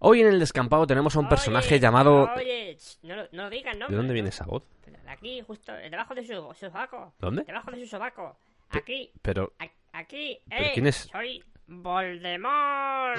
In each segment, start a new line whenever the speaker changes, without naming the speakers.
Hoy en el descampado tenemos a un personaje llamado...
Oye, ch, no, lo- no digas nombre.
¿De dónde viene esa voz?
De aquí, justo, debajo de su, su sobaco.
¿Dónde?
Debajo de su sobaco. Aquí,
Pero...
a- aquí,
¿Pero
eh.
quién es?
Soy Voldemort.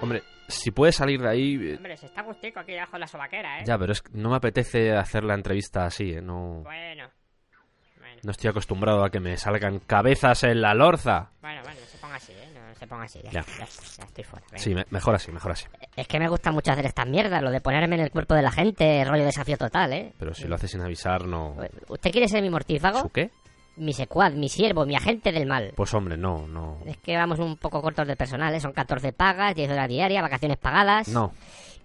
Hombre, si puede salir de ahí... eh,
Hombre, se está gustico aquí debajo de la sobaquera, eh.
Ya, pero es que no me apetece hacer la entrevista así, ¿eh? No,
Bueno. Bueno,
no estoy acostumbrado a que me salgan cabezas en la lorza.
bueno, bueno, no se ponga así, eh. No se ponga así. Ya,
Ya.
ya, ya estoy fuera. venga.
Sí, me- mejor así, mejor así.
Es que me gusta mucho hacer estas mierdas, lo de ponerme en el cuerpo de la gente, rollo desafío total, ¿eh?
Pero si lo haces sin avisar, no...
¿Usted quiere ser mi mortífago?
¿Su qué?
Mi secuad, mi siervo, mi agente del mal.
Pues hombre, no, no...
Es que vamos un poco cortos de personal, ¿eh? Son 14 pagas, 10 horas diarias, vacaciones pagadas.
No.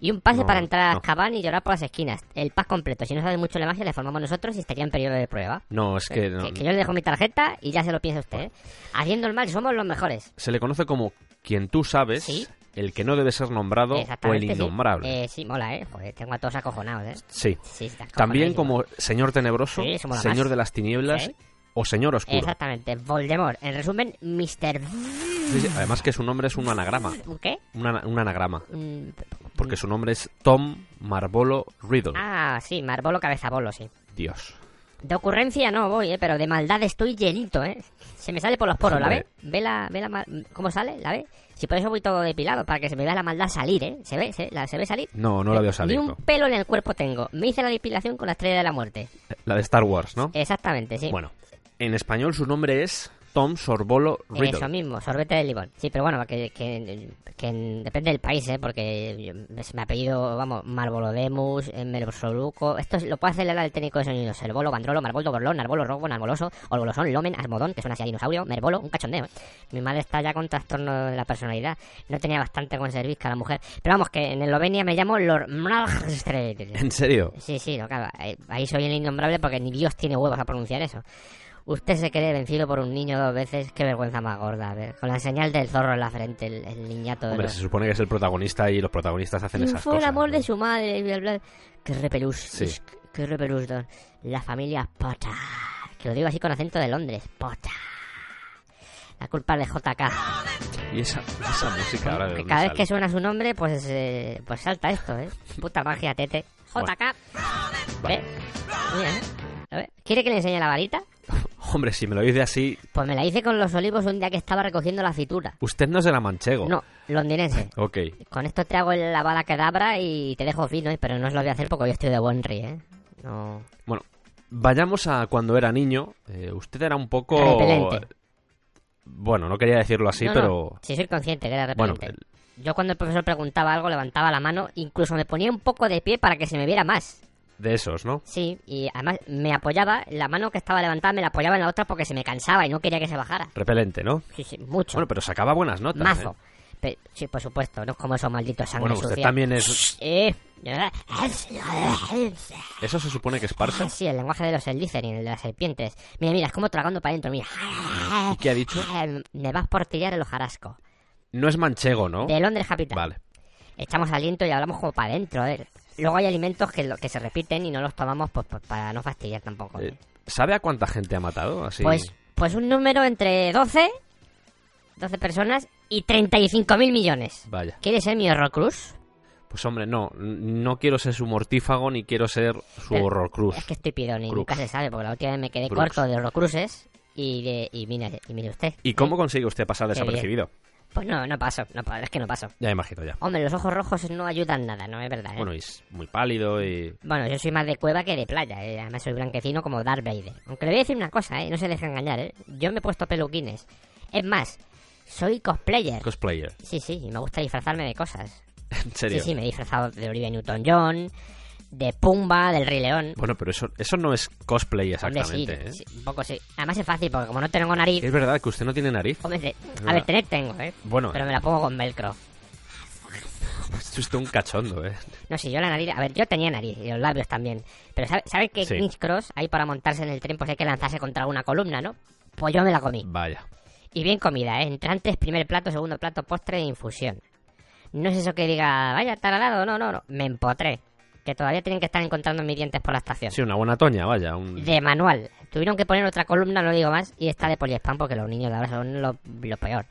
Y un pase
No,
para entrar
no.
a Cabán y llorar por las esquinas. El pack completo. Si no sabe mucho la magia, le formamos nosotros y estaría en periodo de prueba.
No, es que... no-
Que, que yo le dejo mi tarjeta y ya se lo piensa usted, ¿eh? Haciendo el mal somos los mejores.
Se le conoce como quien tú sabes,
Sí.
el que no debe ser nombrado o el
Exactamente, sí.
innombrable.
Eh, sí, mola, ¿eh? Joder, tengo a todos acojonados, ¿eh?
Sí.
Sí, está
También
acojonadísimo.
como señor tenebroso,
Sí, somos la
señor
más.
de las tinieblas
Sí.
o señor oscuro.
Exactamente, Voldemort. En resumen, Mr.
Sí, sí, Además que su nombre es un anagrama.
¿Un ¿Qué?
Un, ana- un anagrama.
Mm,
Porque su nombre es Tom Marvolo Riddle.
Ah, sí, Marbolo Cabezabolo, sí.
Dios.
De ocurrencia no voy, ¿eh? Pero de maldad estoy llenito, ¿eh? Se me sale por los poros, ¿la ve?
Hombre.
¿Ve la, ve la mal- ¿Cómo sale? ¿La ve? Si por eso voy todo depilado, para que se me vea la maldad salir, ¿eh? ¿Se ve? ¿Se, la, se ve salir? Eh,
No, no la veo
Ni
salir.
un
no.
pelo en el cuerpo tengo. Me hice la depilación con la estrella de la muerte.
La de Star Wars,
Eh,
¿no?
Exactamente, sí.
Bueno. En español su nombre es Tom Sorbolo Riddle.
Eh, Eso mismo, sorbete de limón. Sí, pero bueno, que, que, que en- depende del país, ¿eh? Porque yo- se me ha pedido, vamos, Marbolodemus, eh, Melbsoluco... Esto es- lo puede hacer el técnico de sonidos. Serbolo, Bandrolo, Marbol, Borlón, Arbolo, Rogbon, Arboloso, Olgolosón, Lomen, Asmodón, que suena así a dinosaurio, Merbolo, un cachondeo. ¿eh? Mi madre está ya con trastorno de la personalidad. No tenía bastante con servisca la mujer. Pero vamos, que en Eslovenia me llamo Lord Mralstred.
¿En serio?
Sí, sí, no, claro. eh, Ahí soy el innombrable porque ni Dios tiene huevos a pronunciar eso. Usted se cree vencido por un niño dos veces. Qué vergüenza más gorda, a ver. Con la señal del zorro en la frente, el, el niñato. de
Hombre,
los-
se supone que es el protagonista y los protagonistas hacen
Y
esas
fue el
cosas.
amor
¿no?
de su madre. y Bla, bla. Qué repelús.
Sí.
ish, Qué repelús, don. La familia Potter. Que lo digo así con acento de Londres. Potter. La culpa es de JK.
Y esa, esa música ahora de dónde
Cada vez
sale?
que suena su nombre, pues, eh, pues salta esto, ¿eh? Puta magia, tete.
Bueno.
JK.
Vale.
¿Eh? Mira, ¿eh? A ver, ¿Quiere que le enseñe la varita?
Hombre, si me lo dice así,
Pues me la hice con los olivos un día que estaba recogiendo la fritura.
usted no será manchego.
No, londinense.
Ok.
Con esto te hago la bala cadabra y te dejo fino, ¿eh? pero no os lo voy a hacer porque hoy estoy de buen río, ¿eh? No.
Bueno, vayamos a cuando era niño. Eh, usted era un poco...
Repelente.
Bueno, no quería decirlo así,
No, no,
pero...
Sí, soy consciente que era
Bueno,
repelente. Yo cuando el profesor preguntaba algo levantaba la mano, incluso me ponía un poco de pie para que se me viera más.
de esos, ¿no?
Sí, y además me apoyaba, la mano que estaba levantada me la apoyaba en la otra porque se me cansaba y no quería que se bajara.
Repelente, ¿no?
Sí, sí, mucho.
Bueno, pero sacaba buenas notas.
Mazo.
¿eh?
Pe- sí, por supuesto, no es como esos malditos sangre
Bueno, usted
sucia.
también es...
Eh, yo-
¿Eso se supone que es parsa?
Sí, el lenguaje de los Slytherin, el de las serpientes. Mira, mira, es como tragando para adentro, mira.
¿Y qué ha dicho?
Me vas por tillar el hojarasco.
No es manchego, ¿no?
De Londres capital.
Vale.
Echamos aliento y hablamos como para adentro, eh. Luego hay alimentos que, lo- que se repiten y no los tomamos pues, pues, para no fastidiar tampoco.
Eh, ¿Sabe a cuánta gente ha matado? Así...
Pues, pues un número entre 12, 12 personas y 35 mil millones.
Vaya.
¿Quieres ser mi horrocruz?
Pues hombre, no. No quiero ser su mortífago ni quiero ser su
Pero-
horror cruz.
Es que estoy pidón y
Crux.
nunca se sabe, porque la última vez me quedé
Crux.
corto de horrocruces y, de, y, mire, y mire usted.
¿Y cómo consigue usted pasar
Qué bien.
desapercibido?
Pues no, no paso, no, pa- es que no paso.
Ya imagino, ya.
Hombre, los ojos rojos no ayudan nada, no es verdad. ¿eh?
Bueno, y es muy pálido y...
Bueno, yo soy más de cueva que de playa, ¿eh? además soy blanquecino como Darth Vader. Aunque le voy a decir una cosa, ¿eh? no se deje engañar, ¿eh? yo me he puesto peluquines. Es más, soy cosplayer.
Cosplayer.
sí, sí, y me gusta disfrazarme de cosas.
En serio.
Sí, sí, me he disfrazado de Olivia Newton-John, de Pumba, del Rey León.
Bueno, pero eso, eso no es cosplay
Hombre, sí,
exactamente. ¿eh?
sí, un poco sí. Además es fácil, porque como no tengo nariz,
Es verdad que usted no tiene nariz.
hombre, de- eh. a
verdad.
ver, tener tengo, ¿eh?
Bueno,
Pero
eh,
me la pongo con velcro.
es usted un cachondo, ¿eh?
No, sí, yo la nariz, a ver, yo tenía nariz y los labios también. Pero ¿sabes sabe que
Sí.
Kings Cross, ahí para montarse en el tren, pues hay que lanzarse contra una columna, ¿no? Pues yo me la comí.
Vaya.
Y bien comida, ¿eh? Entrantes, primer plato, segundo plato, postre e infusión. No es eso que diga, vaya, taralado, no, no, no. Me empotré. Que todavía tienen que estar encontrando mis dientes por la estación.
Sí, una buena toña, vaya. Un...
De manual. Tuvieron que poner otra columna, no digo más, y está de poliespan porque los niños de ahora son lo, lo peor.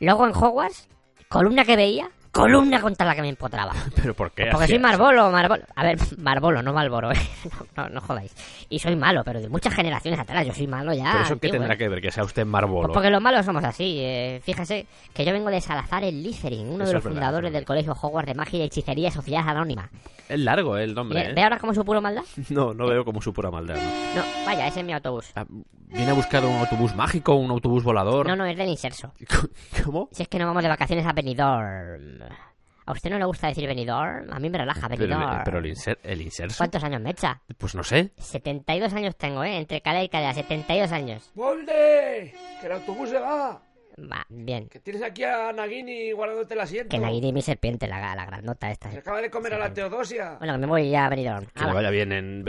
Luego en Hogwarts, columna que veía, columna contra la que me empotraba.
¿Pero por qué?
Porque
hacía
soy
eso?
Marbolo, Marbolo. A ver, Marbolo, no Malboro, ¿eh? No, no, no jodáis. Y soy malo, pero de muchas generaciones atrás. Yo soy malo ya.
¿Pero eso qué
antiguo,
tendrá
¿eh?
que ver? Que sea usted
Pues
marbolo.
porque los malos somos así. eh, fíjese que yo vengo de Salazar el Licerin, uno
Eso
de los
es verdad, eso
fundadores
es
del Colegio Hogwarts de Magia y Hechicería y Sociedad Anónima.
Es largo eh, el nombre,
¿Ve,
¿eh?
ve ahora cómo su puro maldad?
No, no veo como su pura maldad. ¿no?
No, vaya, ese es mi autobús.
Ah, ¿Viene a buscar un autobús mágico, un autobús volador?
No, no, es del inserso.
¿Cómo?
Si es que no vamos de vacaciones a Benidorm. ¿A usted no le gusta decir Benidorm? A mí me relaja
Pero,
Benidorm.
pero el, inser- el inserso.
¿Cuántos años me echa?
Pues no sé.
72 años tengo, ¿eh? Entre cada y cada, 72 años.
¡Molde! ¡Que el autobús se va!
Va, bien.
Que tienes aquí a Nagini guardándote el asiento.
Que la guiri mi serpiente, la, la grandota esta.
Se acaba de comer a la Teodosia.
Ah. Bueno, que me voy ya a Benidorm.
Que le
Hala.
vaya bien en...